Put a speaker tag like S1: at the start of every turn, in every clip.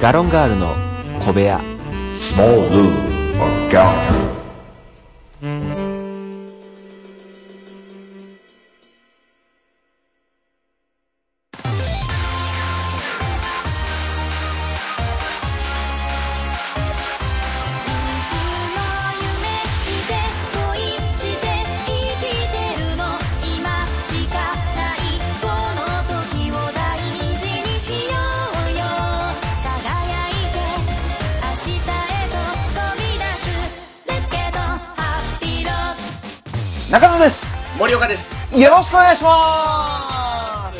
S1: ガロンガールの小部屋
S2: Small Lou or Gallo.
S3: いつも夢で恋して生きてるの今しかないこの時を大事にしようよ輝いて明日へと飛び出す Let's get on Happy Road
S4: 中野です。
S5: 森岡です。
S4: よろしくお願いします。
S5: は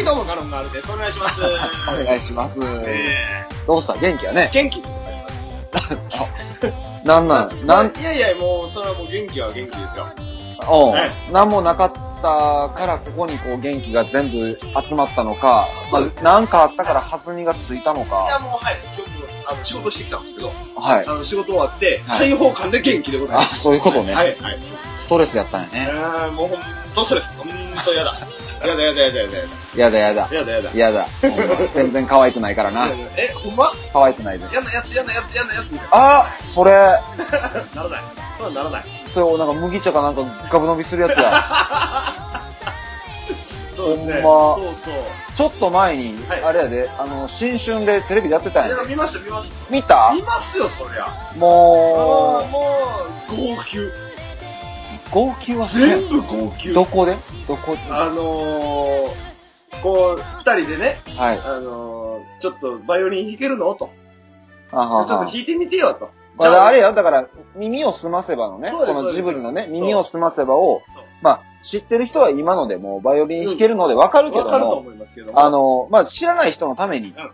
S5: い、どうも、ガロンガールです。お願いします。
S4: お願いします。
S5: え
S4: どうした元気やね
S5: ー、。元気
S4: なんなん、なん、
S5: いやいや、もう、それはもう元気は元気ですよ。
S4: お
S5: はいう
S4: なんもなかったから、ここにこう元気が全部集まったのか、まあなんかあったから弾みがついたの
S5: いや、
S4: か、
S5: もう、はい、今日も、あの、仕事してきたんですけど、
S4: はい。
S5: あの、仕事終わって、
S4: はい
S5: 開放感で元気でござい
S4: あ、
S5: ます。
S4: そういうことね。
S5: はい、はい。
S4: ストレスやったんや
S5: え
S4: ね。
S5: ー、もう、ほんとそれです。ほんとやだ。やだやだやだやだや
S4: やだやだ。
S5: だ。やだやだ。
S4: やだ。ほんま全然可愛くないからな。
S5: え、ほんま
S4: 可愛くないで。
S5: やなやつ、やなやつ、やなやつみたい
S4: あ、それ、
S5: な。ならない。それはならない。
S4: それをなんか麦茶かなんかガブ飲みするやつや。
S5: そうですね。
S4: ほん
S5: そうそう。
S4: ちょっと前に、
S5: はい
S4: あれやで、あの、新春でテレビでやってたん
S5: い
S4: や
S5: や、。見ました、見まし
S4: 見
S5: た。
S4: た
S5: 見ますよ、そりゃ。も
S4: も
S5: う、もう、号泣。
S4: う、号泣はせ
S5: 全
S4: ん。
S5: 部号泣。
S4: どこでどこ
S5: あのー、こう、二人でね、
S4: はい。
S5: あのー、ちょっとバイオリン弾けるのと。
S4: あは
S5: ちょ
S4: は
S5: っと弾いてみてよと。
S4: まあ、あれ
S5: や
S4: よ、だから、耳をすませばのね、
S5: そうで
S4: こ
S5: す
S4: のジブリのね、
S5: うです
S4: 耳をすませばを
S5: そう、
S4: まあ、知ってる人は今のでもうバイオリン弾けるのでわかるけど
S5: わかると
S4: も、
S5: 思いますけども。
S4: あの、まあ、知らない人のために
S5: う、んうん、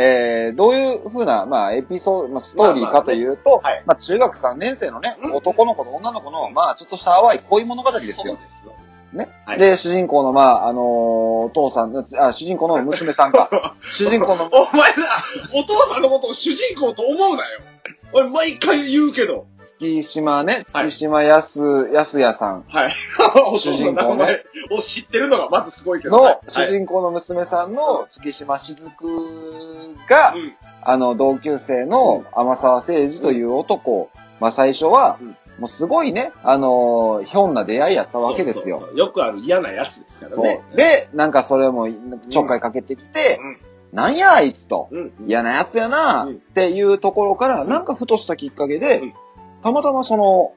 S4: えー、どういうふうな、まあ、エピソード、まあ、ストーリーかというと、
S5: まあまあねはい
S4: まあ、中学3年生のね
S5: う、ん
S4: 男の子と女の子の、まあ、ちょっとした淡い恋物語です
S5: そう
S4: よ。
S5: ですよ。
S4: ね。
S5: はい
S4: で、主人公の、まあ、あのーお父さん、あ、主人公の娘さんか。 主人公の、
S5: お前な、お父さんのことを主人公と思うなよ。俺、毎回言うけど。
S4: 月島ね、
S5: はい
S4: 月島やす、やすやさん
S5: はい。お父
S4: 主
S5: さ
S4: 人
S5: んの
S4: 公ね
S5: 名前を知ってるのがまずすごいけど。はい
S4: の主人公の娘さんの月島しずくが、
S5: はいうん
S4: あの、同級生の天沢誠二という男を、まあ最初は
S5: うん、
S4: もうすごいね、あのーひょんな出会いやったわけです
S5: そう
S4: よ。
S5: そうそうよくある嫌なやつですから
S4: そう
S5: ね。
S4: で、なんかそれもちょっかいかけてきて、なんやあいつと、
S5: うん。うん。
S4: 嫌なやつやな
S5: うん
S4: っていうところから、なんかふとしたきっかけで
S5: うん、
S4: たまたまその、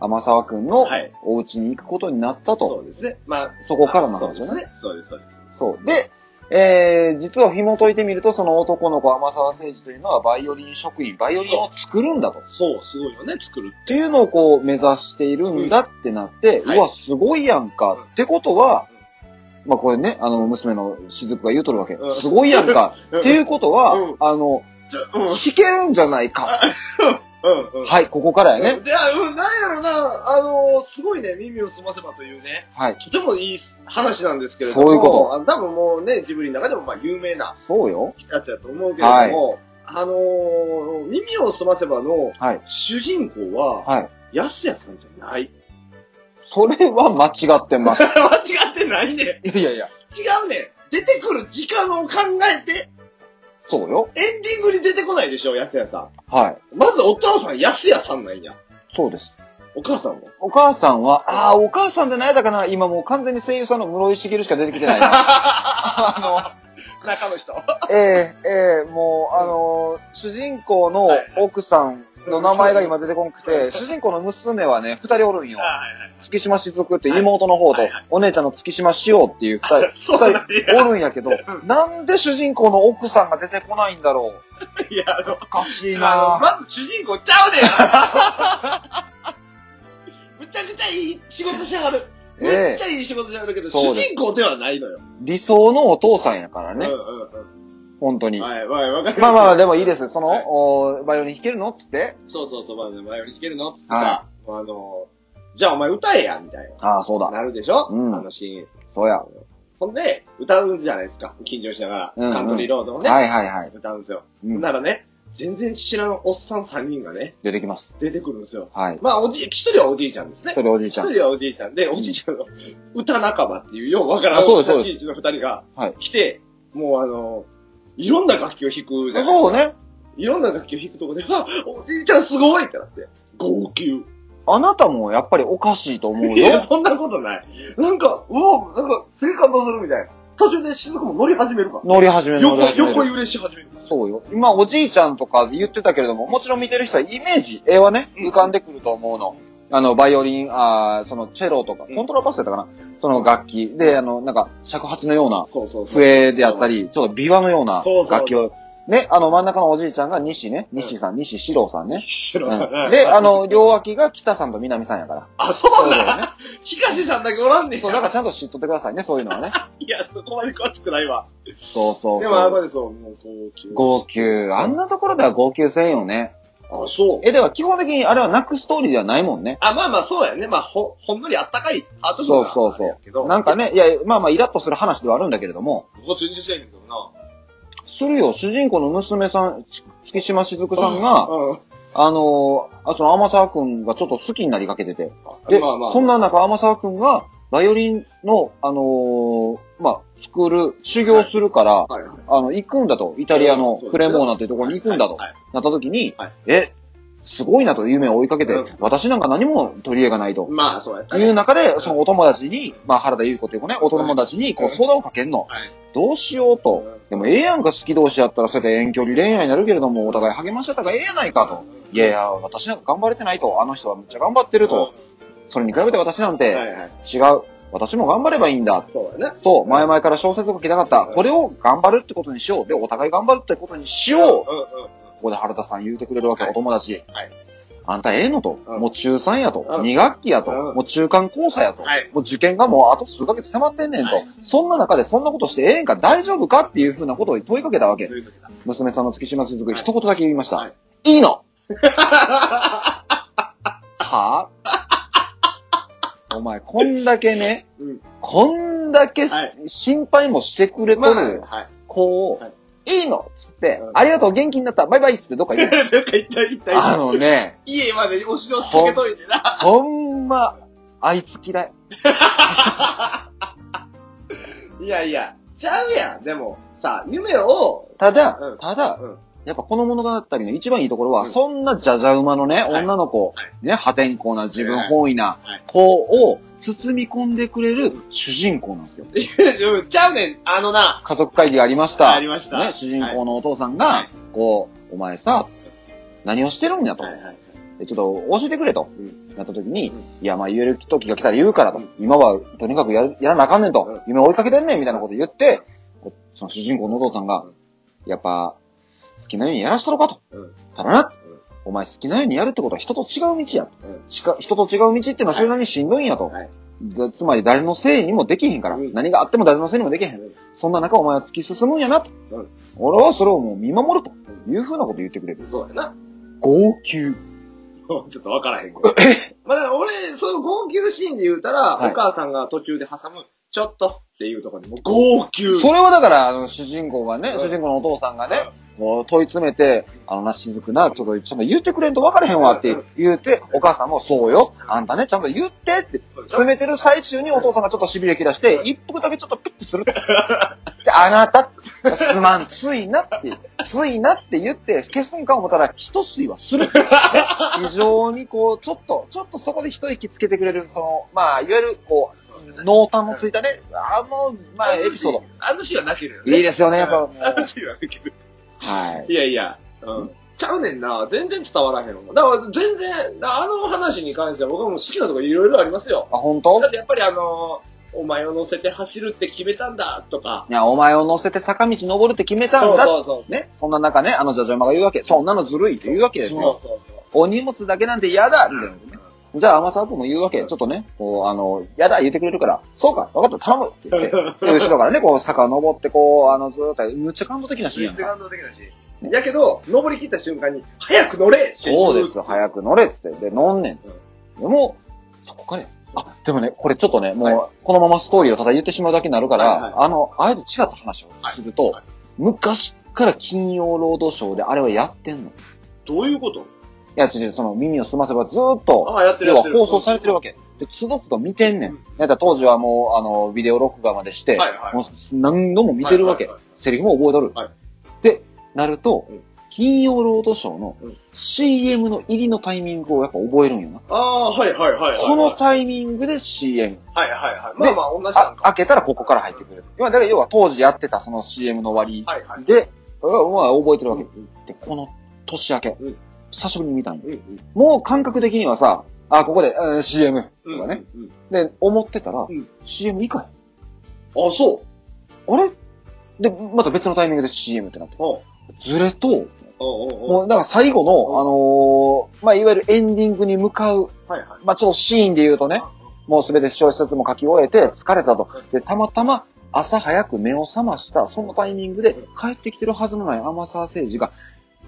S4: 天沢くんの
S5: はい
S4: お家に行くことになったと。
S5: そうですね。まあ、
S4: そこからの話
S5: そ
S4: だ
S5: うです
S4: ね。
S5: ね。そうです、そうです。
S4: そう。で、えー、実は紐解いてみると、その男の子、天沢誠二というのはバイオリン職員、バイオリンを作るんだと。っ
S5: そう、すごいよね、作るっ
S4: て。
S5: て
S4: いうのをこう目指しているんだってなって、
S5: う
S4: うん
S5: はい
S4: わ、すごいやんか。
S5: うん
S4: ってことは、まあこれね、あの、娘の雫が言うとるわけ
S5: うん。
S4: すごいやん か。
S5: うん
S4: っていうことは、
S5: うん
S4: あの、
S5: ちょうん、
S4: 弾けるんじゃないか。
S5: うん、うん。
S4: はい、ここからやね。
S5: で、あうん、なんやろな、あのすごいね、耳を澄ませばというね、
S4: はい。
S5: とてもいい話なんですけれども、
S4: そういうこと
S5: あの多分もうね、ジブリの中でもまあ有名な
S4: そうよ。
S5: やつやと思うけれども、あのー耳を澄ませばの
S4: はい。
S5: 主人公は、
S4: はい。
S5: やすやさんじ ゃない。
S4: それは間違ってます。
S5: 間違ってないね。
S4: いやいや、
S5: 違うね。出てくる時間を考えて、
S4: そうよ。
S5: エンディングに出てこないでしょ、やすやさ
S4: はい。
S5: ん。まずお父さん、やすやさんなんや。
S4: そうです。
S5: お母さんも。
S4: お母さんは、ああ、お母さんじゃないだかな今もう完全に声優さんの室井茂しか出てきてない な。あ
S5: 中の人。
S4: の、ええええもう、あの主人公の
S5: はい
S4: 奥さんの名前が今出てこんくて、主人公の娘はね、二人おるんよ。
S5: はいはい
S4: 月島しずくって妹の方と
S5: はい、
S4: お姉ちゃんの月島しおっていう二人、
S5: そうなんや
S4: 二人おるんやけど、なんで主人公の奥さんが出てこないんだろう。
S5: いや、あの、
S4: おかしい
S5: あの
S4: なぁ。
S5: まず主人公ちゃうねん むちゃくちゃいい仕事してはる。
S4: え
S5: めっ
S4: え
S5: ちゃいい仕事してはるけど、
S4: そう
S5: 主
S4: です
S5: 人公ではないのよ。
S4: 理想のお父さんやから
S5: うん
S4: ね、
S5: うん
S4: 本当
S5: う
S4: に。
S5: ん。
S4: ま
S5: はい、はい、わか
S4: あ
S5: る。
S4: まあまあ、でもいいです。その、
S5: はい
S4: おバイオリン弾けるのって言って、
S5: そうそうそう、まあ、前より弾けるのつって
S4: は
S5: さ、あの、じゃあお前歌えや、みたい
S4: ああ、そう
S5: な。
S4: だ。
S5: なるでしょ
S4: うん
S5: あのシーン。
S4: そうや。
S5: ほんで、歌うんじゃないですか。緊張しなが
S4: うんう
S5: ら、
S4: ん
S5: カントリーロードをね、
S4: はいはいはい。
S5: 歌うんですよ。
S4: うん
S5: ならね、全然知らんおっさん3人がね、
S4: 出てきます。
S5: 出てくるんですよ。
S4: はい。
S5: まあ、おじ、一人はおじいちゃんですね
S4: そ。れおじい
S5: 一
S4: ちゃん。
S5: 人はおじいちゃんで、おじいちゃんの歌仲間っていうようわからん
S4: あそうです
S5: おじいちゃんの二人が
S4: はい
S5: 来て、もうあの、いろんな楽器を弾くじゃないですか。
S6: そうね。
S5: いろんな楽器を弾くとこで、あ、おじいちゃんすごいってなって、号泣。
S6: あなたもやっぱりおかしいと思う
S5: いや、
S6: よ。
S5: そんなことない。なんか、うおなんか、すげえ感動するみたいな。途中で雫も乗り始めるか
S6: 乗り始
S5: ら。
S6: める乗
S5: 横
S6: り、始める
S5: 横揺れし始める。
S6: そうよ。今、おじいちゃんとか言ってたけれども、もちろん見てる人はイメージ、絵はね、
S5: うん
S6: 浮かんでくると思うの。あの、バイオリン、あーその、チェロとか、
S5: うん
S6: コントラバスだったかなその楽器。で、あの、なんか、尺八のような
S5: そうそうそう。
S6: 笛であったり、ちょっと琵琶のような
S5: そうそう
S6: 楽器を、ね、あの、真ん中のおじいちゃんが西ね、西さん、西四郎さんね。
S5: 一緒
S6: う
S5: のさ
S6: ん、で、あ、の、両脇が北さんと南さんやから。
S5: あ、そう
S6: そうだ
S5: なん
S6: よ
S5: 東さんだけおらんねん。
S6: そう、なんかちゃんと知っとってくださいね、そういうのはね。
S5: いや、そこまで詳しくないわ。
S6: そうそうそう。
S5: でもあれまでそう、もう号泣。
S6: 号泣。あんなところでは号泣せんよね。
S5: あ、そう。
S6: え、では基本的にあれは泣くストーリーではないもんね。
S5: あ、まあまあ、そうやね。まあ、ほ、ほんのりあったかいハート
S6: そうそうそう。なんか
S5: ね。
S6: ね、いや、まあまあイラッとする話ではあるんだけれども、
S5: ここ全然せえへんけどな。
S6: するよ、主人公の娘さん、ち月島しずくさんが、
S5: うん。
S6: あのーあ、その天沢くんがちょっと好きになりかけてて、で、
S5: で、まあまあ。
S6: そんな中天沢くんが、バイオリンの、あのーまあ、作る、修行するから、
S5: はいはい、
S6: あの、行くんだと、イタリアの
S5: そう
S6: クレモーナというところに行くんだと、
S5: はい
S6: なった時に、
S5: はい
S6: え、すごいなと夢を追いかけて、
S5: うん
S6: 私なんか何も取り柄がないと。
S5: まあ、そうやった
S6: いう中で、そのお友達に、まあ原田優子という子ね、お友達にこう
S5: うん
S6: 相談をかけんの
S5: はい。
S6: どうしようと
S5: うん。
S6: でもええやんか好き同士やったらそうやって遠距離恋愛になるけれども、お互い励まし合ったからええやないかと。いやいや、私なんか頑張れてないと。あの人はめっちゃ頑張ってると。それに比べて私なん
S5: うん。は
S6: て
S5: いはい。
S6: 違う。私も頑張ればいいんだ。
S5: そうやね。
S6: そう、前々から小説を書きたかった。
S5: うん
S6: これを頑張るってことにしよう。で、お互い頑張るってことにし
S5: うんうん
S6: よ
S5: うん。
S6: う。ここで原田さん言うてくれるわけ、
S5: はい
S6: お友達。
S5: はい
S6: あんたええのと。
S5: うん
S6: もう中3やと。
S5: うん
S6: 2学期やと。
S5: うん
S6: もう中間交差やと。
S5: はい
S6: もう受験がもうあと数ヶ月迫ってんねんと。
S5: はい
S6: そんな中でそんなことしてええんか大丈夫かっていうふうなことを問いかけたわけ。
S5: という時だ
S6: 娘さんの月島しずく、
S5: はい
S6: 一言だけ言いました。、
S5: はい
S6: いのはぁお前、こんだけね、
S5: うん
S6: こんだけす、
S5: はい
S6: 心配もしてくれと
S5: まあ、
S6: る
S5: はい。
S6: 子を、
S5: はい
S6: い、いのっつって、
S5: うん
S6: ありがとう、元気になった、バイバイっつってどっか行く。
S5: なんか一体一
S6: あ
S5: 体、
S6: のね、
S5: 家まで押しのしかけといてな。
S6: ほんま、あいつ嫌い。
S5: いやいや、ちゃうやん。でも、さ、夢を、
S6: ただ、
S5: うん
S6: ただ、
S5: うん
S6: やっぱこの物語の一番いいところは、
S5: うん
S6: そんなじゃじゃ馬のね、
S5: い
S6: 女の子、
S5: は
S6: ね、破天荒な自分本位な
S5: はい
S6: 子を包み込んでくれる主人公なんですよ。
S5: うんちゃうねん。あのな、
S6: 家族会議がありました。
S5: ありました。
S6: ね、主人
S5: はい
S6: 公のお父さんが、
S5: はい
S6: こう、お前さ、何をしてるんやと。
S5: はいはい
S6: でちょっと教えてくれと、
S5: うん
S6: なった時に、
S5: うん
S6: いや、まあ言える時が来たら言うからと、
S5: うん
S6: 今はとにかくやるやらなあかんねんと、
S5: うん
S6: 夢追いかけてんねんみたいなこと言って、こうその主人公のお父さんが、
S5: うん
S6: やっぱ、好きなようにやらしたろかと。
S5: うん
S6: ただな、
S5: ん
S6: お前好きなようにやるってことは人と違う道や。
S5: うん
S6: ちか人と違う道っていうのはそれなりにしんどいんやと。
S5: はい
S6: でつまり誰のせいにもできへんから、
S5: うん
S6: 何があっても誰のせいにもできへん。
S5: うん
S6: そんな中お前は突き進むんやなと。
S5: うん
S6: 俺はそれをもう見守るというふうなこと言ってくれる。
S5: そうやな。
S6: 号泣。
S5: ちょっとわからへんけど。まあ、だから俺、その号泣シーンで言うたら、
S6: はい
S5: お母さんが途中で挟む、ちょっとっていうところでもう号泣。
S6: それはだから、あの、主人公がね、
S5: うん
S6: 主人公のお父さんがね、もう問い詰めて、あのな、しずくな、ちょっと、ちょっと言ってくれんと分からへんわって言うて、お母さんもそうよ、あんたね、ちゃんと言ってって、詰めてる最中にお父さんがちょっと痺れ切らして、一服だけちょっとピッてすると。で、あなた、すまん、ついなって、ついなって言って、消すんか思ったら、一吸いは する。ね非常にこう、ちょっと、ちょっとそこで一息つけてくれる、その、まあ、いわゆる、こう、濃淡のついたね、あの、まあ、エピソード。。
S5: あのシーンは泣けるよね。
S6: いいですよね、やっぱもう。
S5: あのシーンは泣ける。
S6: はい。
S5: いやいや、うん。ちゃうねんな。全然伝わらへんわ。だから全然、あの話に関しては僕はもう好きなとこいろいろありますよ。
S6: あ、本当
S5: だってやっぱりあのーお前を乗せて走るって決めたんだとか。
S6: いや、お前を乗せて坂道登るって決めたんだ。
S5: そうそうそう。
S6: ね。そんな中ね、あのジャジャマが言うわけ。そんなのずるいって言うわけです
S5: そう
S6: よ。
S5: そうそう。
S6: お荷物だけなんて嫌だみたいなことね。じゃあ、天沢君も言うわけ。ちょっとね、こう、あの、嫌だ言ってくれるから、そうか、わかった、頼むって言って。で後ろからね、こう、坂登って、こう、あの、ずーっと、むっちゃ感動的なシーン
S5: め
S6: や
S5: っ
S6: ん
S5: ちゃ感動
S6: か。
S5: 的だし。やけど、登り切った瞬間に、早く乗れって言
S6: そうですよ、早く乗れっつって。で、乗んねん。
S5: うん
S6: でも、そこかね。あ、でもね、これちょっとね、もう、このままストーリーをただ言ってしまうだけになるから、
S5: はいはい
S6: あの、あえて違った話をすると、
S5: はい
S6: 昔から金曜ロードショーであれはやってんの。い
S5: どういうこと
S6: や、違う違う、その耳を澄ませばずーっと、
S5: ああ、やってる
S6: 要
S5: やっ
S6: は
S5: てる。
S6: 放送されてるわけ。で、つどつど見てんねん。
S5: うん
S6: だから当時はもう、あの、ビデオ録画までして、
S5: はいはい
S6: もう何度も見てるわけ。
S5: はいはいはい
S6: セリフも覚えとる。
S5: はい
S6: なると
S7: うん、
S6: 金曜ロードショーの
S7: うん
S6: CM の入りのタイミングをやっぱ覚えるんよな。
S7: ああ、はいはいはいはい。
S6: この
S7: はい
S6: タイミングで CM。
S7: はいはい。まあまあ、同じな
S6: あ
S7: ん、か。
S6: 開けたらここから入ってくる。要は、だから要は当時やってたその CM の終わ
S7: はいはい
S6: り。で、まあ覚えてるわけ
S7: う。
S6: で、この年明け
S7: うん、
S6: 久しぶりに見たんよ。
S7: うんうん
S6: もう感覚的にはさ、あ、ここで、うん CM
S7: うん
S6: とかね。。
S7: うん
S6: で、思ってたら
S7: うん
S6: CM 以下
S7: あ、そう。
S6: あれで、また別のタイミングで CM ってなって。
S7: おう
S6: ずれと、
S7: おうおうおう
S6: もう、だから最後
S7: うん
S6: の、あのーまあ、いわゆるエンディングに向かう、
S7: はいはい。
S6: まあ、ちょっとシーンで言うとね、もうすべて視聴施設も書き終えて疲れたと。で、たまたま朝早く目を覚ました、そのタイミングで帰ってきてるはずのない天沢誠治が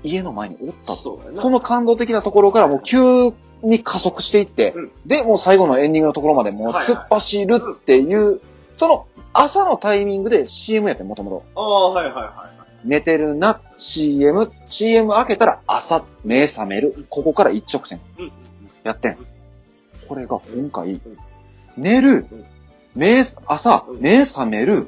S6: 家の前におったと。
S7: そうやな。
S6: その感動的なところからもう急に加速していって、
S7: うん
S6: で、もう最後のエンディングのところまでもう突っ走るっていう、その朝のタイミングで CM やってんもとも
S7: あ
S6: と。
S7: あ、はいはいはい。
S6: 寝てるな、CM、CM 開けたら朝、目覚める。ここから一直線。
S7: うんうん
S6: やってん
S7: うん。
S6: これが今回
S7: ん、
S6: 寝る
S7: うん、
S6: 目、朝
S7: う、ん
S6: 目覚める、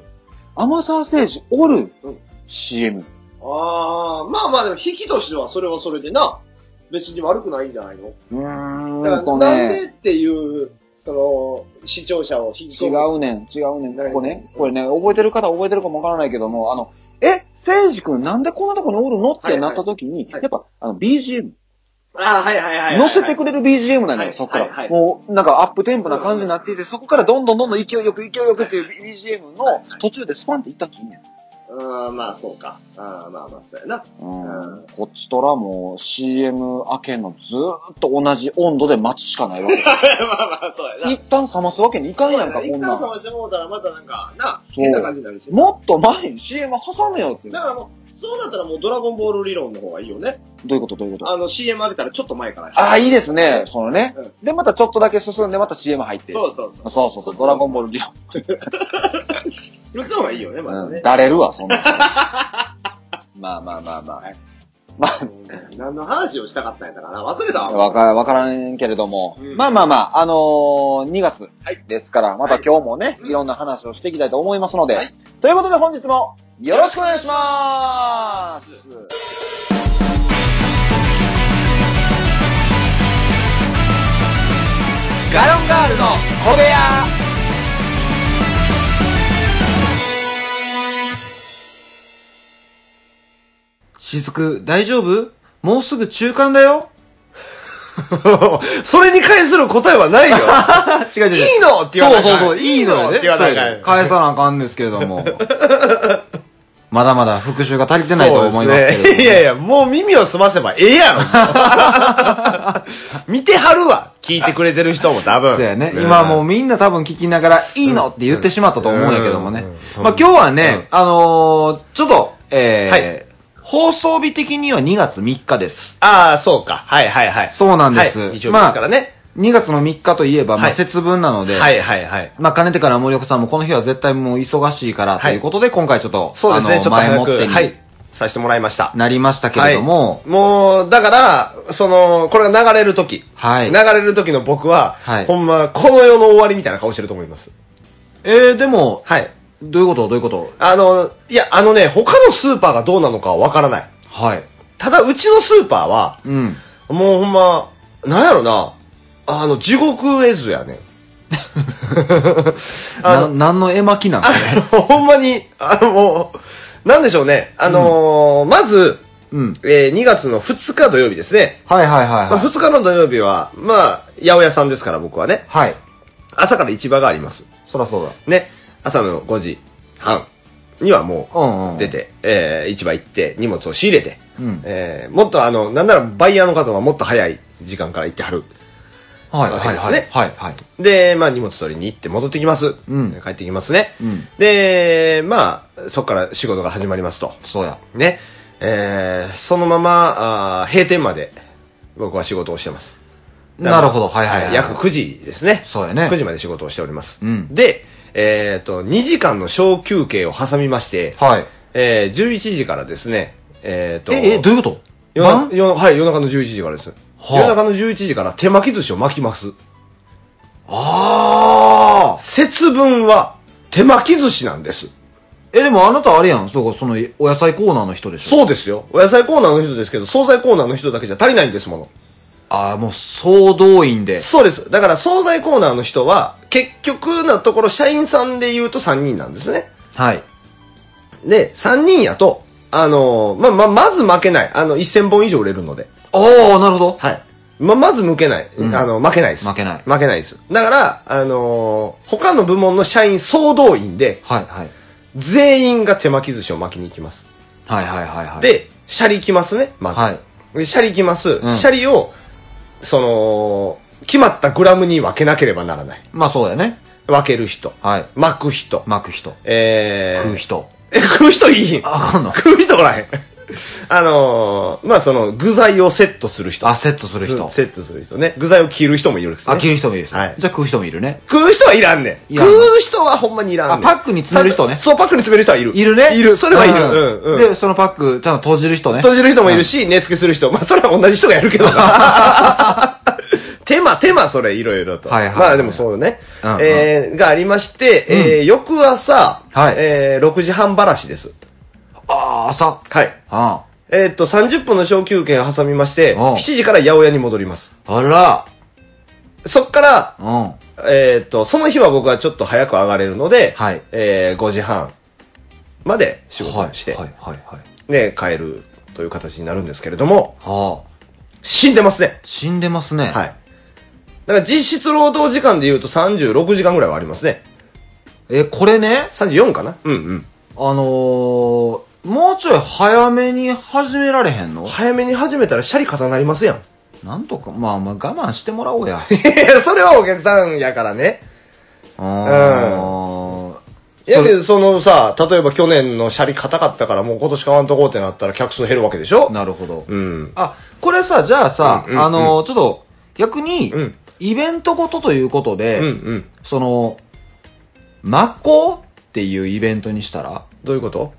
S6: 天沢誠治おる
S7: うん
S6: CM。
S7: うん。ああ、まあまあでも、引きとしてはそれはそれでな、別に悪くないんじゃないの
S6: うー
S7: だ
S6: ん
S7: か
S6: と
S7: らなんで
S6: ね、
S7: っていう、その、視聴者を引き
S6: 違
S7: 込む。
S6: うねん、違うねん。ここね、これね、覚えてる方覚えてるかもわからないけども、あの、え、誠治くんなんでこんなとこにおるのっ
S7: はい
S6: て
S7: はい
S6: なった時に、
S7: はい
S6: やっぱ、あの、BGM。
S7: ああ、はいはいはいはい。
S6: 乗せてくれる BGM なの
S7: はい
S6: よ、そっか
S7: はいはい
S6: ら。もう、なんかアップテンポな感じになっていて、そこからどんどんどんどん勢いよく勢いよくっていう BGM の途中でスパンっていったっきいいねん。
S7: うん、まあそうか。うん、まあまあ そうやな。
S6: うんこっちとらもう CM 明けのずーっと同じ温度で待つしかないわけ。
S7: まあまあそうやな。
S6: 一旦冷ますわけにいかんやんか、こ
S7: 一旦
S6: んな
S7: 探してもうたらまたなんか、な、
S6: そう
S7: 変な感じになるし
S6: ん。。もっと前に CM 挟めよって。
S7: だ
S6: ど
S7: からもう、そうなったらもうドラゴンボール理論の方がいいよね。
S6: ういうことどういうこと
S7: あの CM 上げたらちょっと前から。
S6: ああ、いいですね。そのね
S7: うん。
S6: で、またちょっとだけ進んで、また CM 入って。
S7: そうそうそう。
S6: そうそうそう。ドラゴンボール理論。
S7: そっちの方がいいよね、まだ
S6: うん
S7: ね。
S6: だれるわ、そんなん。まあまあまあまあ。まあ、
S7: 何の話をしたかったんやったかな忘れた わ。
S6: わか、わからんけれども。
S7: うん
S6: まあまあまあ、あのー、2月
S7: はい
S6: ですから、また
S7: はい
S6: 今日もね、
S7: うん
S6: いろんな話をしていきたいと思いますので、
S7: はい
S6: ということで本日もよろしくお願いしますガロンガールの小部屋
S8: しずく、大丈夫もうすぐ中間だよそれに関する答え はないよ
S5: 違う違う違う。
S8: いいのって言わな
S5: そ
S8: いうか
S5: そ
S8: ん
S5: うそう、いいのよね。
S8: って言わな
S5: そ
S8: いうかん
S5: だよ
S8: 返さなあかんですけれど も。まだまだ復習が足りてないと思いますけれど
S5: そう
S8: も
S5: でねいやいや、もう耳を澄ませばえ えやろ。見てはるわ。聞いてくれてる人も多分。
S8: そうやね。今もうみんな多分聞きながら、いいのって言ってしまったと思うんやけどもね。まあ今日はね、あのー、ちょっと、えー
S5: はい
S8: 放送日的には2月3日です。
S5: ああ、そうか。はいはいはい。
S8: そうなんです
S5: はい一応ですからね。
S8: 2月の3日といえば、ま
S5: は
S8: あ
S5: い
S8: 節分なので、
S5: はいはいはい。
S8: まあ、かねてから森岡さんもこの日は絶対もう忙しいから、と
S5: はい
S8: いうことで、今回ちょっと、
S5: そうです
S8: あ
S5: ね、
S8: の
S5: ちょっと
S8: 前も
S5: 早
S8: っ
S5: く。
S8: てに
S5: はい。させてもらいました。
S8: なりましたけれども、
S5: はい、もう、だから、その、これが流れる時
S8: はい
S5: 流れる時の僕は、
S8: はい
S5: ほんま、この世の終わりみたいな顔してると思います。
S8: えー、でも、
S5: はい。
S8: どういうことどういうこと
S5: あの、いや、あのね、他のスーパーがどうなのかはわからない。
S8: はい。
S5: ただ、うちのスーパーは、
S8: うん。
S5: もうほんま、なんやろな、あの、地獄絵図やねん。あ
S8: な、何の絵巻なんですか
S5: あの ほんまに、あの、もう、なんでしょうね。あのーまず、
S8: うん。
S5: えー2月の2日土曜日ですね。
S8: はいはいはい
S5: まあ、
S8: はい。
S5: 2日の土曜日は、まあ、八百屋さんですから僕はね、
S8: はい。
S5: 朝から市場があります。
S8: そらそうだ。
S5: ね、朝の5時半にはも
S8: うんうん。
S5: う出。て、えー市場行って荷物を仕入れて、
S8: うん。
S5: えーもっとあの、なんならバイヤーの方はもっと早い時間から行ってはる。
S8: はい
S5: わ
S8: は
S5: け
S8: い
S5: です
S8: はい
S5: ね。
S8: はいはい。
S5: で、まあ荷物取りに行って戻ってきます。
S8: うん
S5: 帰ってきますね。
S8: うん
S5: で、まあ、そこから仕事が始まりますと。
S8: そうや。
S5: ね。えーそのまま、あー閉店まで僕は仕事をしてます。だから
S8: なるほどはいはいはい
S5: 約9時ですね。
S8: そうやね
S5: 9時まで仕事をしております。
S8: うん
S5: で、えっ、と、2時間の小休憩を挟みまして、
S8: はい。
S5: えー、11時からですね、えっ、と、
S8: え、え、どういうこと
S5: 夜
S8: 晩
S5: な夜なはい、夜中の11時からです。
S8: はあ
S5: 夜中の11時から手巻き寿司を巻きます。
S8: ああ
S5: 節分は手巻き寿司なんです。
S6: え、でもあなたあれやん。そうか、その、お野菜コーナーの人でしょ。
S5: そうですよ。お野菜コーナーの人ですけど、惣菜コーナーの人だけじゃ足りないんですもの。
S6: ああ、もう、総動員で。
S5: そうです。だから、惣菜コーナーの人は、結局なところ、社員さんで言うと3人なんですね。
S6: はい。
S5: で、3人やと、あのーまあ、まあ、まず負けない。あの、1000本以上売れるので。
S6: おー、なるほど。
S5: はい。ま、まず向けない。あの、負けないです。
S6: 負けない
S5: 負けないです。だから、あのー他の部門の社員総動員で、
S6: はい、はい。
S5: 全員が手巻き寿司を巻きに行きます。
S6: はい、はい、はい、はい。、
S5: で、シャリ行きますね、まず。
S6: はい
S5: でシャリ行きます。
S6: ん
S5: シャリを、その、決まったグラムに分けなければならない。
S6: まあそうだよね。
S5: 分ける人。
S6: はい
S5: 巻く人。
S6: 巻く人。
S5: えー、
S6: 食う。人。
S5: え、 食う人いいひん。
S6: ああかんの
S5: 食う人おらへん。あのー、まあ、その、具材をセットする人。
S6: あ、セットする人。
S5: セットする人ね。具材を切る人もいるんですね。
S6: あ、着る人もいるし。
S5: はい
S6: じゃあ食う人もいるね。
S5: 食う人はいらんねん。
S6: いらん
S5: 食
S6: の
S5: う人はほんまにいらんねん。
S6: あパックに詰める人ね
S5: ただそう、パックに詰める人はいる。
S6: いるね。
S5: いる。それはいる。
S6: うん
S5: うんうん。
S6: で、そのパック、ちゃんと閉じる人ね。
S5: 閉じる人もいるし、寝付けする人。まあ、それは同じ人がやるけど な手間、手間、それ、いろいろと。
S6: はいはいはい
S5: まあ、でもそうね。
S6: うんうん
S5: えー、がありまして、えー、翌朝、
S6: はい
S5: えー、6時半ばらしです。
S6: ああ、朝。
S5: はい。
S6: あ
S5: えーっと、30分の小休憩を挟みまして、
S6: おう
S5: 7時から八百屋に戻ります。
S6: あ。あら。
S5: そっから、
S6: うん。
S5: えーっと、その日は僕はちょっと早く上がれるので、
S6: はい
S5: えー、5時半まで仕事をして、
S6: はい、はい、はい。
S5: ね、帰るという形になるんですけれども、
S6: はあ。
S5: 死んでますね。
S6: 死んでますね。
S5: はい。だから実質労働時間で言うと36時間ぐらいはありますね。
S6: え、これね、
S5: 34かなうんうん。
S6: あのー、もうちょい早めに始められへんの
S5: 早めに始めたらシャリ肩なりますやん。 い
S6: なんとか、まあまあ我慢してもらおうや。
S5: や、それはお客さんやからね。
S6: うーん。
S5: いやけど、そのさ、例えば去年のシャリ硬かったからもう今年買わんとこうってなったら客数減るわけでしょ
S6: なるほど。
S5: うん。
S6: あ、これさ、じゃあさ、
S5: うんうんうん
S6: あのーちょっと、逆に、
S5: うん
S6: イベントごとということで、
S5: うんうん。
S6: その、マッコっていうイベントにしたら、
S5: どういうこと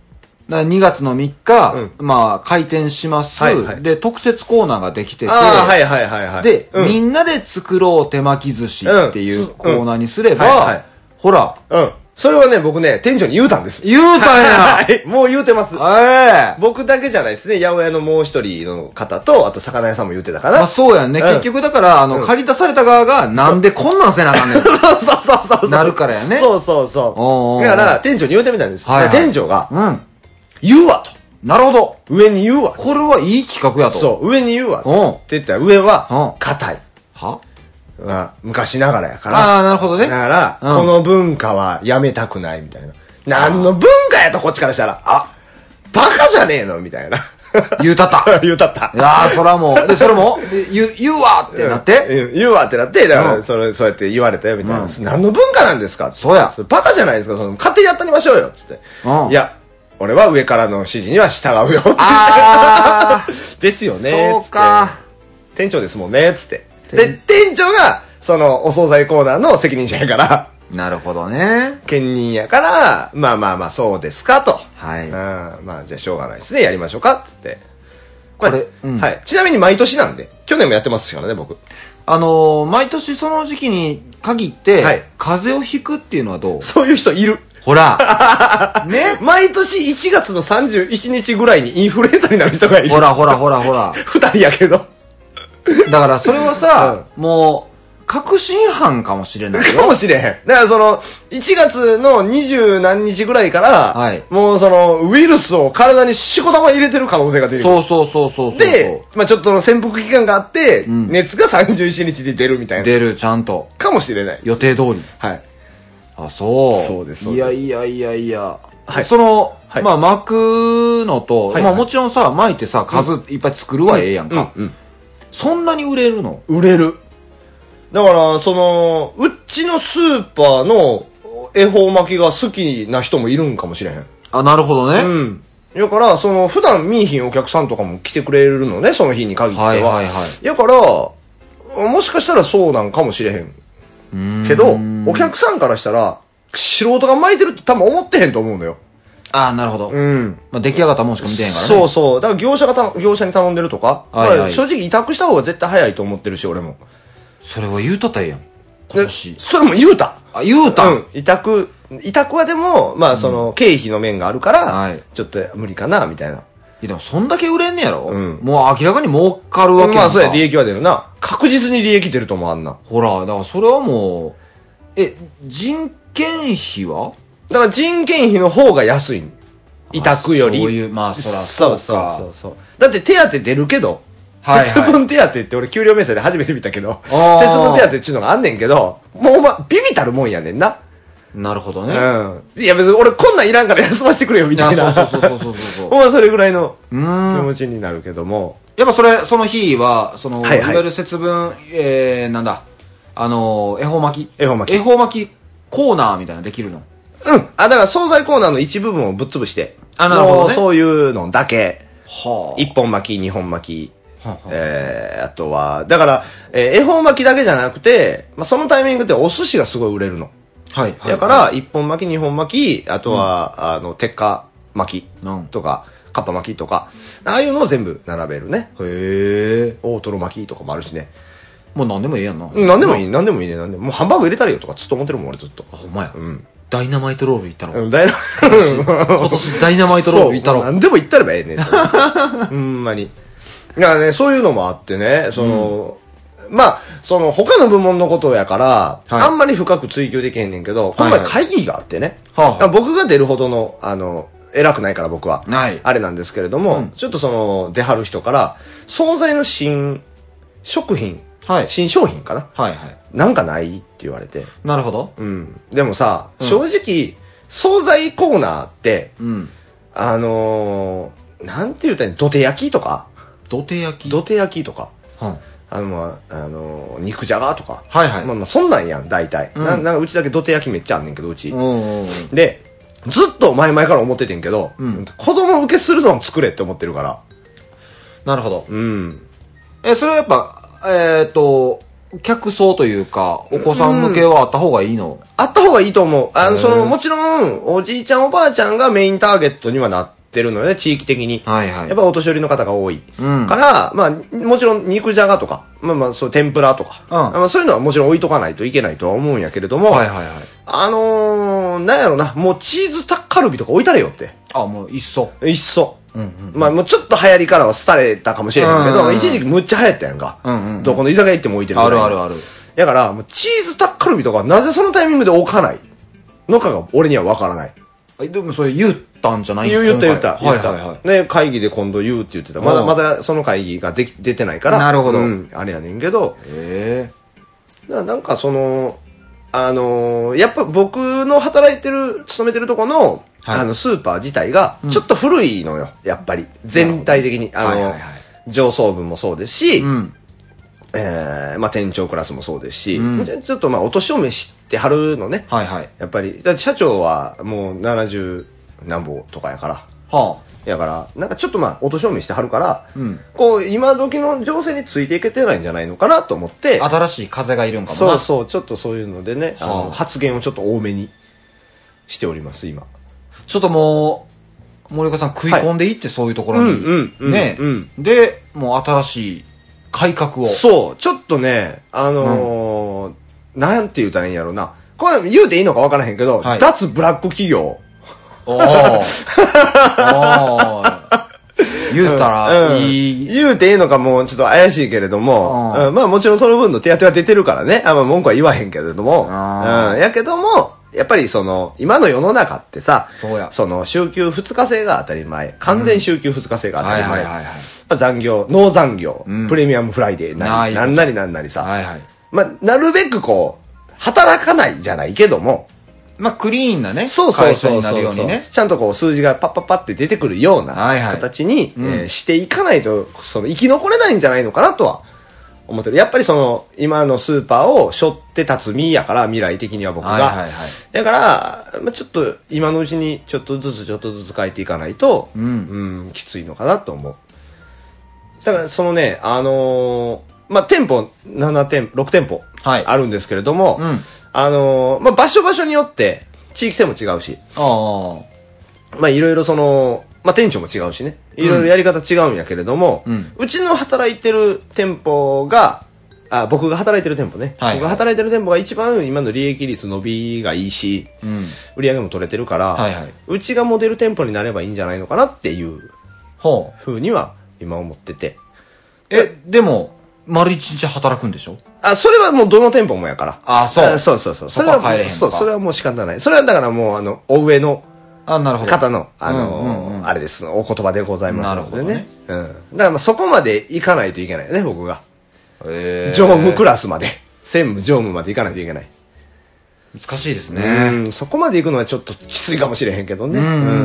S6: だ2月の3日、
S5: うん
S6: まあ、開店します、
S5: はいはい
S6: で、特設コーナーができてて、
S5: ああ、はいはいはいはい。
S6: で、
S5: うん、
S6: みんなで作ろう手巻き寿司っていう
S5: うん
S6: コーナーにすれば、
S5: うんはいはい
S6: ほら、
S5: うん。それはね、僕ね、店長に言うたんです。
S6: 言うたんや
S5: はい、もう言うてます。
S6: ええ
S5: 僕だけじゃないですね。八百屋のもう一人の方と、あと魚屋さんも言うてたか
S6: まあ
S5: ら。そう
S6: そうやんね。
S5: うん
S6: 結局だから、あ
S5: う
S6: の、
S5: ん
S6: 借り出された側が、なんでこんなんせなあかんねん。
S5: そうそうそうそう。
S6: なるからやね
S5: そうそうそ
S6: おうおうお
S5: う。
S6: う
S5: だから、店長に言うてみたんです。
S6: はいはい
S5: だから店長が、
S6: うん。
S5: 言うわと。
S6: なるほど。
S5: 上に言うわと。
S6: これはいい企画やと。
S5: そう、上に言うわと。
S6: う
S5: って言ったら、上は
S6: う、ん
S5: 硬い。
S6: は
S5: まあ昔ながらやから。
S6: ああ、なるほどね
S5: だ。から、
S6: うん
S5: この文化はやめたくないみたいな。何の文化やと、こっちからしたら。あ、バカじゃねえのみたいな。
S6: 言うたった。
S5: 言うたった
S6: い。やー、そら もう。で、それも、で言う、言うわってなって。
S5: うん言うわってなって、だか
S6: うん
S5: ら、それ、そうやって言われたよ、みたいな。何の文化なんですか
S6: そうや
S5: れバカじゃないですか、その、勝手にやったりましょうよ、つって
S6: う。ん
S5: いや、俺は上からの指示には従うよ、つ
S6: あ
S5: って。 ですよね、
S6: そうか
S5: つって。店長ですもんね、つって。で、店長が、その、お惣菜コーナーの責任者やから、
S6: ー。なるほどね。
S5: 兼任やから、まあまあまあ、そうですか、と。
S6: はい
S5: うんまあ、じゃあ、しょうがないですね、やりましょうか、つって。こ
S6: これうん
S5: はい。ちなみに毎年なんで、去年もやってますからね、僕。
S6: あのー、毎年その時期に限って、
S5: はい
S6: 風邪をひくっていうのはどう
S5: そういう人いる。
S6: ほら。 ね
S5: 毎年1月の31日ぐらいにインフルエンザになる人がいる。
S6: ほらほらほらほら。
S5: 二人やけど。
S6: だからそれはさ、もう、確信犯かもしれない
S5: か
S6: よ
S5: も。しれへん。だからその、1月の二十何日ぐらいから、
S6: はい
S5: もうその、ウイルスを体にしこたま入れてる可能性が出てくる。
S6: そうそうそうそうそう。
S5: で、まあちょっとの潜伏期間があって、
S6: ん
S5: 熱が31日で出るみたいな。
S6: 出る、ちゃんと。
S5: かもしれない。
S6: 予定通り。
S5: はい。
S6: あ、そう。
S5: そうですそう
S6: い
S5: で
S6: や
S5: す
S6: いやいやいや。
S5: はい
S6: その、
S5: はい
S6: まあ巻くのと、
S5: はい
S6: まあもちろんさ、巻いてさ、数いっぱい作るはええやんか。
S5: うん。
S6: そんなに売れるの
S5: 売れる。だから、その、うちのスーパーの恵方巻きが好きな人もいるんかもしれへん。
S6: あ、なるほどね。
S5: うん。だから、その、普段見いひんお客さんとかも来てくれるのね、その日に限っては。
S6: はいはいはい
S5: だから、もしかしたらそうなんかもしれへん。けど、お客さんからしたら、素人が巻いてるって多分思ってへんと思うのよ。
S6: あ、なるほど。
S5: うん。
S6: まあ出来上がったもんしか見てへんからね。
S5: そうそう。だから業者がた、業者に頼んでるとか。
S6: はいはい
S5: だから正直委託した方が絶対早いと思ってるし、俺も。
S6: それは言うとったらええやん。今
S5: で
S6: 年。
S5: それも言うた。
S6: あ、言うたん、
S5: うん。委託委託はでも、まあその、経費の面があるから、
S6: はい
S5: ちょっと無理かな、みたいな。
S6: いやでもそんだけ売れんねやろ、
S5: うん
S6: もう明らかに儲かるわけやんか。
S5: まあそうや、利益は出るな。確実に利益出ると思う、あんな。
S6: ほら、だからそれはもう、え、人件費は
S5: だから人件費の方が安い。委託より。
S6: そういうまあそらそうか
S5: そうそうそうそうだって手当出るけど、
S6: はいはい
S5: 節分手当って俺給料明細で初めて見たけど、節
S6: あー
S5: 分手当っていうのがあんねんけど、もうお前、ビビたるもんやねんな。
S6: なるほど
S5: う
S6: ね。
S5: ん。いや別に俺こんなんいらんから 休ませてくれよみ
S6: い
S5: た
S6: や
S5: いな。
S6: そうそうそうそうそうそう
S5: お。前それぐらいの気
S6: ん
S5: 持ちになるけども。
S6: やっぱそれ、その日は、その、
S5: はい
S6: い
S5: はい
S6: わゆる節分、えー、なんだ、あのー、恵方巻き。
S5: 恵方巻き
S6: 恵方巻きコーナーみたいなのできるの。
S5: うん。あ、だから惣菜コーナーの一部分をぶっ潰して。
S6: あなるほどね
S5: もうそういうのだけ。
S6: は
S5: 一本巻き、二本巻き。
S6: はあはあ
S5: えー、あとは、だから、えー恵方巻きだけじゃなくて、まあ、そのタイミングでお寿司がすごい売れるの。
S6: はい。はい
S5: だか、ら、一本巻き、二本巻き、あとは、あの、鉄火巻き
S6: うん
S5: とか、カッパ巻きとか、ああいうのを全部並べるね。
S6: へえ。
S5: 大トロ巻きとかもあるしね。
S6: もう何でもええやんな。
S5: うん何でもいい、何でもいいね、何でも。もうハンバーグ入れたらいいよとかずっと思ってるもん、俺ずっと。
S6: あ、ほんまや。
S5: うん。
S6: ダイナマイトロール行ったろ。
S5: うん、だいぶ、
S6: 今年ダイナマイトロール行った
S5: そう
S6: ろ。
S5: 何でも言ったらばええ ねん。ほんまに。だからね、そういうのもあってね、その、まあ、その、他の部門のことやから、
S6: はい
S5: あんまり深く追求できへんねんけど、今
S6: は
S5: 回
S6: いはい
S5: 会議があってね、
S6: はあはあ
S5: だから僕が出るほどの、あの、偉くないから僕は。
S6: ない
S5: あれなんですけれども、ちょっとその、出張る人から、惣菜の新食品、
S6: はい
S5: 新商品かな
S6: はいはい。
S5: なんかないって言われて。
S6: なるほど。
S5: うん。でもさ、正直、惣菜コーナーって、
S6: うん。
S5: あのー、なんて言うたらいいの土手焼きとか、
S6: 土手焼き。
S5: 土手焼きとか、
S6: うん
S5: あの、まあ、あのー、肉じゃがとか。
S6: はいはい
S5: まあまあ、そんなんやん、大体。
S6: ん
S5: ななんかうちだけ土手焼きめっちゃあんねんけど、うち。
S6: うんうんうん。
S5: で、ずっと前々から思っててんけど、
S6: うん
S5: 子供受けするのを作れって思ってるから。
S6: なるほど。
S5: うん。
S6: え、それはやっぱ、えっと、客層というか、お子さん向けはあった方がいいの
S5: あった方がいいと思う。あの、その、もちろん、おじいちゃんおばあちゃんがメインターゲットにはなってるのよね、地域的に。
S6: はい
S5: や
S6: は
S5: っぱお年寄りの方が多い。
S6: うん
S5: から、まあ、もちろん肉じゃがとか、まあまあ、そう、天ぷらとか、
S6: うん
S5: まあそういうのはもちろん置いとかないといけないとは思うんやけれども、
S6: はいはいはい。
S5: あのー、なんやろな、もうチーズタッカルビとか置いたれよって。
S6: あ、もういっそ。
S5: いっそ。
S6: うんうん
S5: まあ、もうちょっと流行りからは廃れたかもしれへんけ
S6: うん
S5: ど、
S6: うんうん
S5: 一時期むっちゃ流行ったやんか。
S6: うんうんうん
S5: どこの居酒屋行っても置いてる
S6: あるあるあ
S5: る。
S6: る。
S5: だから、もうチーズタッカルビとかなぜそのタイミングで置かないのかが俺にはわからない。
S6: あでもそれ言ったんじゃない
S5: 言う言った言った。
S6: 今回
S5: 言った
S6: はいはいはい。
S5: ね、会議で今度言うって言ってた。ま
S6: う
S5: だ
S6: ん
S5: まだその会議ができ出てないから。
S6: なるほど
S5: うんあれやねんけど、
S6: え
S5: ななんかその、あのーやっぱ僕の働いてる、勤めてるとこの、
S6: はい
S5: あの、スーパー自体が、ちょっと古いのよ、やっぱり。全体的に。あの、
S6: はいはいはい
S5: 上層部もそうですし、
S6: えうん。
S5: えーまあ店長クラスもそうですし、
S6: うん
S5: でちょっとまあお年を召してはるのね。
S6: はいはい。
S5: やっぱり、だって社長はもう70何ぼとかやから。
S6: は
S5: やから、なんかちょっとまあ、お年を召してはるから、
S6: うん
S5: こう、今時の情勢についていけてないんじゃないのかなと思って
S6: あ。、新しい風がいるんかもな。
S5: そうそう、ちょっとそういうのでね、あ
S6: は
S5: の、
S6: あ
S5: 発言をちょっと多めにしております、今。
S6: ちょっともう、森岡さん食い込んでいって、そういうところに。
S5: うんうんうん
S6: ね、
S5: うん
S6: で、もう新しい改革を。
S5: そう、ちょっとね、あのーなんて言うたらいいんやろうな。これ言うていいのかわからへんけど、
S6: はい
S5: 脱ブラック企業。
S6: おーおー言うたら、
S5: うん
S6: いい。
S5: 言うていいのかもうちょっと怪しいけれども、
S6: うん
S5: うんまあもちろんその分の手当は出てるからね、あんま文句は言わへんけれども、うん、
S6: あー
S5: やけども、やっぱりその、今の世の中ってさ、
S6: そうや
S5: の、週休2日制が当たり前、完全週休2日制が当たり前、
S6: うんはいはいはいはい
S5: まあ残業、ノー残業、
S6: うん
S5: プレミアムフライデーなり、
S6: な
S5: ないんなりなんなりさ、
S6: はいはい。
S5: まあなるべくこう、働かないじゃないけども、
S6: まあ、クリーンなね。
S5: そうそうそうそ
S6: 会社に
S5: う
S6: なるようにね。
S5: ちゃんとこう数字がパッパッパって出てくるような
S6: はいはい
S5: 形に、
S6: うん
S5: えーしていかないと、その生き残れないんじゃないのかなとは思ってる。やっぱりその今のスーパーを背負って立つ身やから、未来的には僕が。
S6: はいはいはい
S5: だから、まあ、ちょっと今のうちにちょっとずつちょっとずつ変えていかないと、
S6: うん
S5: うんきついのかなと思う。だからそのね、あのーまあ、店舗7店、6店舗
S6: はい
S5: あるんですけれども、
S6: うん
S5: あのーまあ、場所場所によって地域性も違うし、
S6: あ
S5: まあ、いろいろその、まあ、店長も違うしね、いろいろやり方違うんやけれども、
S6: うん
S5: うちの働いてる店舗が、あ、僕が働いてる店舗ね。
S6: はい
S5: 僕が働いてる店舗が一番今の利益率伸びがいいし、
S6: ん
S5: 売り上げも取れてるから、
S6: はいはいう
S5: ちがモデル店舗になればいいんじゃないのかなっていう
S6: ほう。
S5: ふうには今思ってて。
S6: え、でも、丸一日働くんでしょ
S5: あ、それはもうどの店舗もやから。
S6: あそう
S5: あそうそうそう。そ
S6: そこ
S5: れ
S6: は
S5: は
S6: 変えれへんのか
S5: そう、それはもう仕方ない。それはだからもう、あの、お上の
S6: あ、なるほど。
S5: 方の、あ
S6: うんうんう
S5: の、
S6: ん
S5: あれです、お言葉でございますのでね。うん。だからまあそこまで行かないといけないよね、僕が。
S6: えー
S5: 常務クラスまで。専務常務まで行かないといけない。
S6: 難しいです
S5: う
S6: ね。
S5: ん、そこまで行くのはちょっときついかもしれへんけどね。
S6: うんうんうんう
S5: うん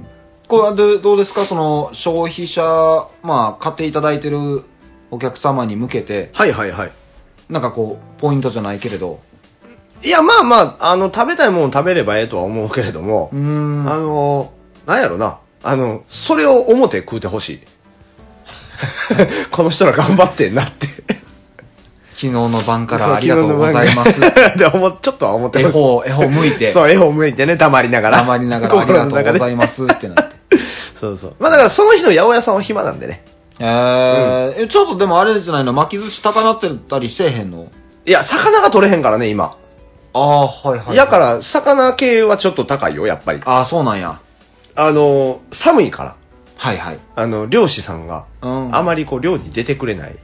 S6: ん。これはどどうですかその、消費者、まあ、買っていただいてるお客様に向けて、
S5: はいはいはい。
S6: なんかこう、ポイントじゃないけれど。
S5: いや、まあまあ、あの、食べたいもの食べればええとは思うけれども、
S6: うん。
S5: あの、なんやろな。あの、それを表食うてほしい。 この人ら頑張ってんなって。
S6: 昨日の晩からありがとうございます。
S5: で、思ちょっとは思って
S6: 絵
S5: ほしい。
S6: 本、絵本向 いて、
S5: そう、絵本向いてね、黙りながら。
S6: 黙りな がらありがとうござい
S5: ま
S6: ますって なって。
S5: す。 そうそう。まあだから、その日の八百屋さんは暇なんでね。
S6: えー、えちょっとでもあれじゃないの巻き寿司高なってたりせえへんの
S5: いや、魚が取れへんからね、今。
S6: ああー、はいはいはい。
S5: やから、魚系はちょっと高いよ、やっぱり。
S6: ああ、そうなんや。
S5: あの、寒いから。
S6: はいはい。
S5: あの、漁師さんが、
S6: うん
S5: あまりこう、漁に出てくれない。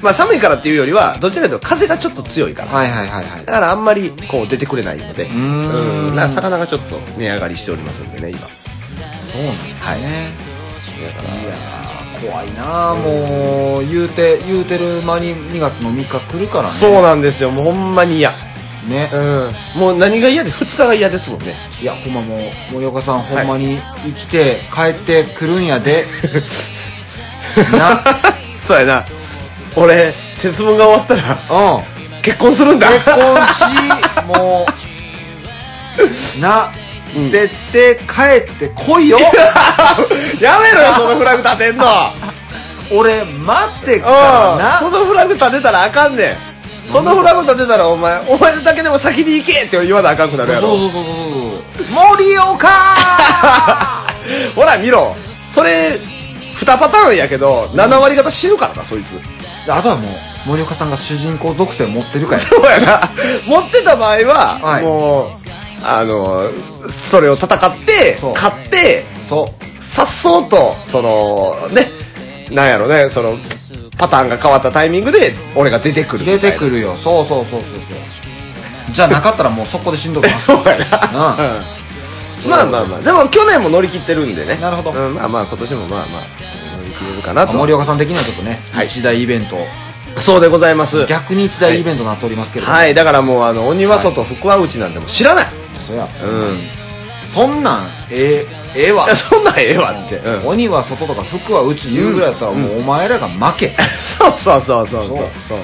S5: まあ、寒いからっていうよりは、どちらかというと風がちょっと強いから。
S6: はいはいはいはい
S5: だ。からあんまり、こう、出てくれないので。うん。だから魚がちょっと値上がりしておりますんでね、今。
S6: そうなんだね。いやー怖いなあもう、言うて、言うてる間に2月の3日来るからね。
S5: そうなんですよ、もうほんまに嫌。
S6: ね
S5: う。ん。もう何が嫌で、2日が嫌ですもんね。
S6: いや、ほんまもう、森岡さんほんまに生きて帰ってくるんや で。
S5: そうやな。俺、節分が終わったら、
S6: な、うん。
S5: 結婚するんだ。
S6: 結婚し、もう、な、絶対帰ってこい よ
S5: やめ ろよ、そのフラグ立てんの。
S6: 俺待ってっから
S5: う。
S6: なん
S5: そのフラグ立てたらあかんねん。そのフラグ立てたらお前、お前だけでも先に行けって言わなあかんくなるや
S6: そう
S5: ろ。
S6: そうそうそうそう森 岡
S5: ほら見ろ。それ、二パターンやけど、7割方死ぬからな、そいつ。
S6: あとはもう森岡さんが主人公属性持ってるから
S5: そうやな。持ってた場合は、
S6: はい
S5: もう、あの、それを戦って
S6: そう、
S5: 勝って、
S6: そう
S5: さっそうと、その、ね、なんやろね、その、パターンが変わったタイミングで、俺が出てくるみたい
S6: 出
S5: な。
S6: てくるよそうそうそうそうそうじゃなかったら もうそこでしんどくな
S5: そうやな。
S6: な
S5: うんまあまあまあ、でも去年も乗り切ってるんでね。
S6: なるほど
S5: うんまあまあ、今年もまあまあ、乗り切れるかなと。
S6: 森岡さん的にはちょっとね、
S5: はい
S6: 一大イベント
S5: そうでございます。
S6: 逆に一大イベントになっておりますけれども、
S5: はい、だからもう、あの、鬼は外、福は内なんてもう知らない。
S6: そや
S5: うん。
S6: そんなんええええわ
S5: いやそんなんええわって。うん。
S6: 鬼は外とか服は内言うぐらいだったらもうお前らが負け、
S5: そうそうそうそうそう
S6: そう
S5: そう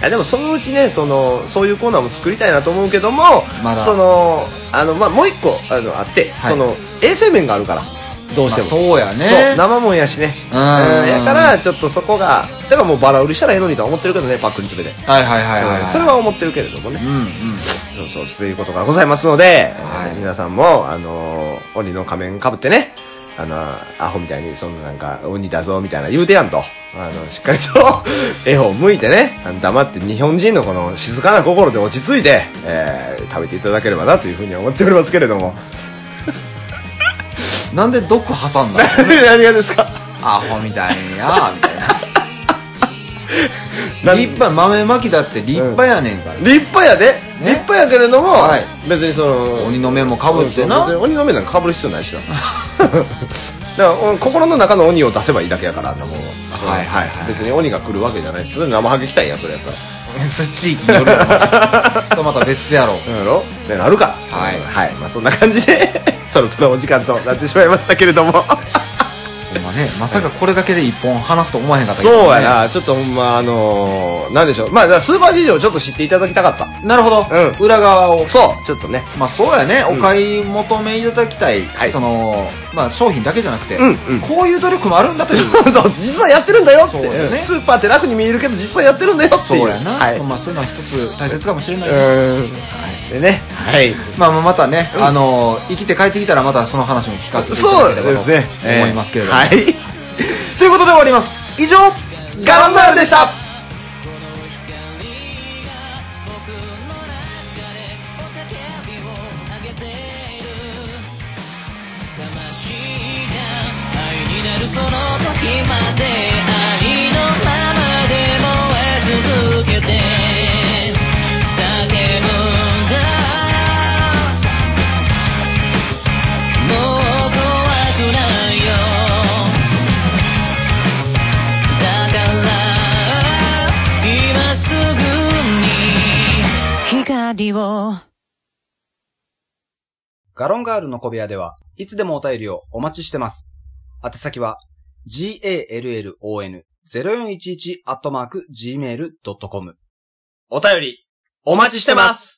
S5: いやでもそのうちねそのそういうコーナーも作りたいなと思うけども、
S6: まだ
S5: そのあの、まあ、もう一個あのあって、
S6: はい
S5: その衛生面があるからどうしても、
S6: まあそうやね
S5: そう生もんやしね
S6: うん
S5: やからちょっとそこがだからもうバラ売りしたらええのにとは思ってるけどねパックに詰めて、
S6: はいはいはいはい、
S5: うんそれは思ってるけれどもね、
S6: うんうん
S5: そうそうそういうことがございますので、
S6: はい
S5: えー皆さんもあの鬼の仮面かぶってねあのアホみたいにそのなんか鬼だぞみたいな言うてやんとあのしっかりと 絵を向いてねあの黙って日本人のこの静かな心で落ち着いて、えー食べていただければなというふうに思っておりますけれども
S6: なんで毒挟んだの
S5: 何がですか
S6: アホみたいにやみたいな
S5: 何
S6: 立派豆まきだって立派やねんから、
S5: 立派やで、立派やけれども、
S6: はい
S5: 別にその
S6: 鬼の面もかぶってな、
S5: そうそう別に鬼の目なんか被る必要ないしな だからお心の中の鬼を出せばいいだけやからあんなもん
S6: はいはいはい
S5: 別に鬼が来るわけじゃないしそれで生ハゲ来たんやそれやったら
S6: それ地域によ るやろそれまた別やろ
S5: なんやろねなるから
S6: はい
S5: はいまあそんな感じで そろそろお時間となってしまいましたけれど も
S6: ほんまねまさかこれだけで一本話すと思わへんかったけ
S5: そ
S6: ど、
S5: う
S6: ね、
S5: やなちょっとほんまあのー、なんでしょうまあだからスーパー事情をちょっと知っていただきたかった
S6: なるほど、
S5: う
S6: 裏側を
S5: そうちょっとね
S6: まあそうやね、
S5: ん
S6: お買い求めいただきたい、
S5: はい
S6: その、まあ商品だけじゃなくて、
S5: んうん
S6: こういう努力もあるんだという。
S5: そう実はやってるんだよって、
S6: そうだよね
S5: スーパーって楽に見えるけど実はやってるんだよっていう
S6: そうやな、
S5: はい、
S6: まあそういうのは一つ大切かもしれない、
S5: うんでねはい
S6: まあまあまたね、あのー生きて帰ってきたらまたその話も聞かせていた
S5: そ
S6: だ
S5: う
S6: ければ
S5: ですね。
S6: と思いますけれども、
S5: はい。
S6: ということで終わります以上ガランバールでした
S9: その時まで愛のままで燃え続けて叫ぶんだもう怖くないよだから今すぐに光を
S2: ガロンガールの小部屋では、いつでもお便りをお待ちしてます。宛先は、gallon0411-gmail.com。
S6: お便り、お待ちしてます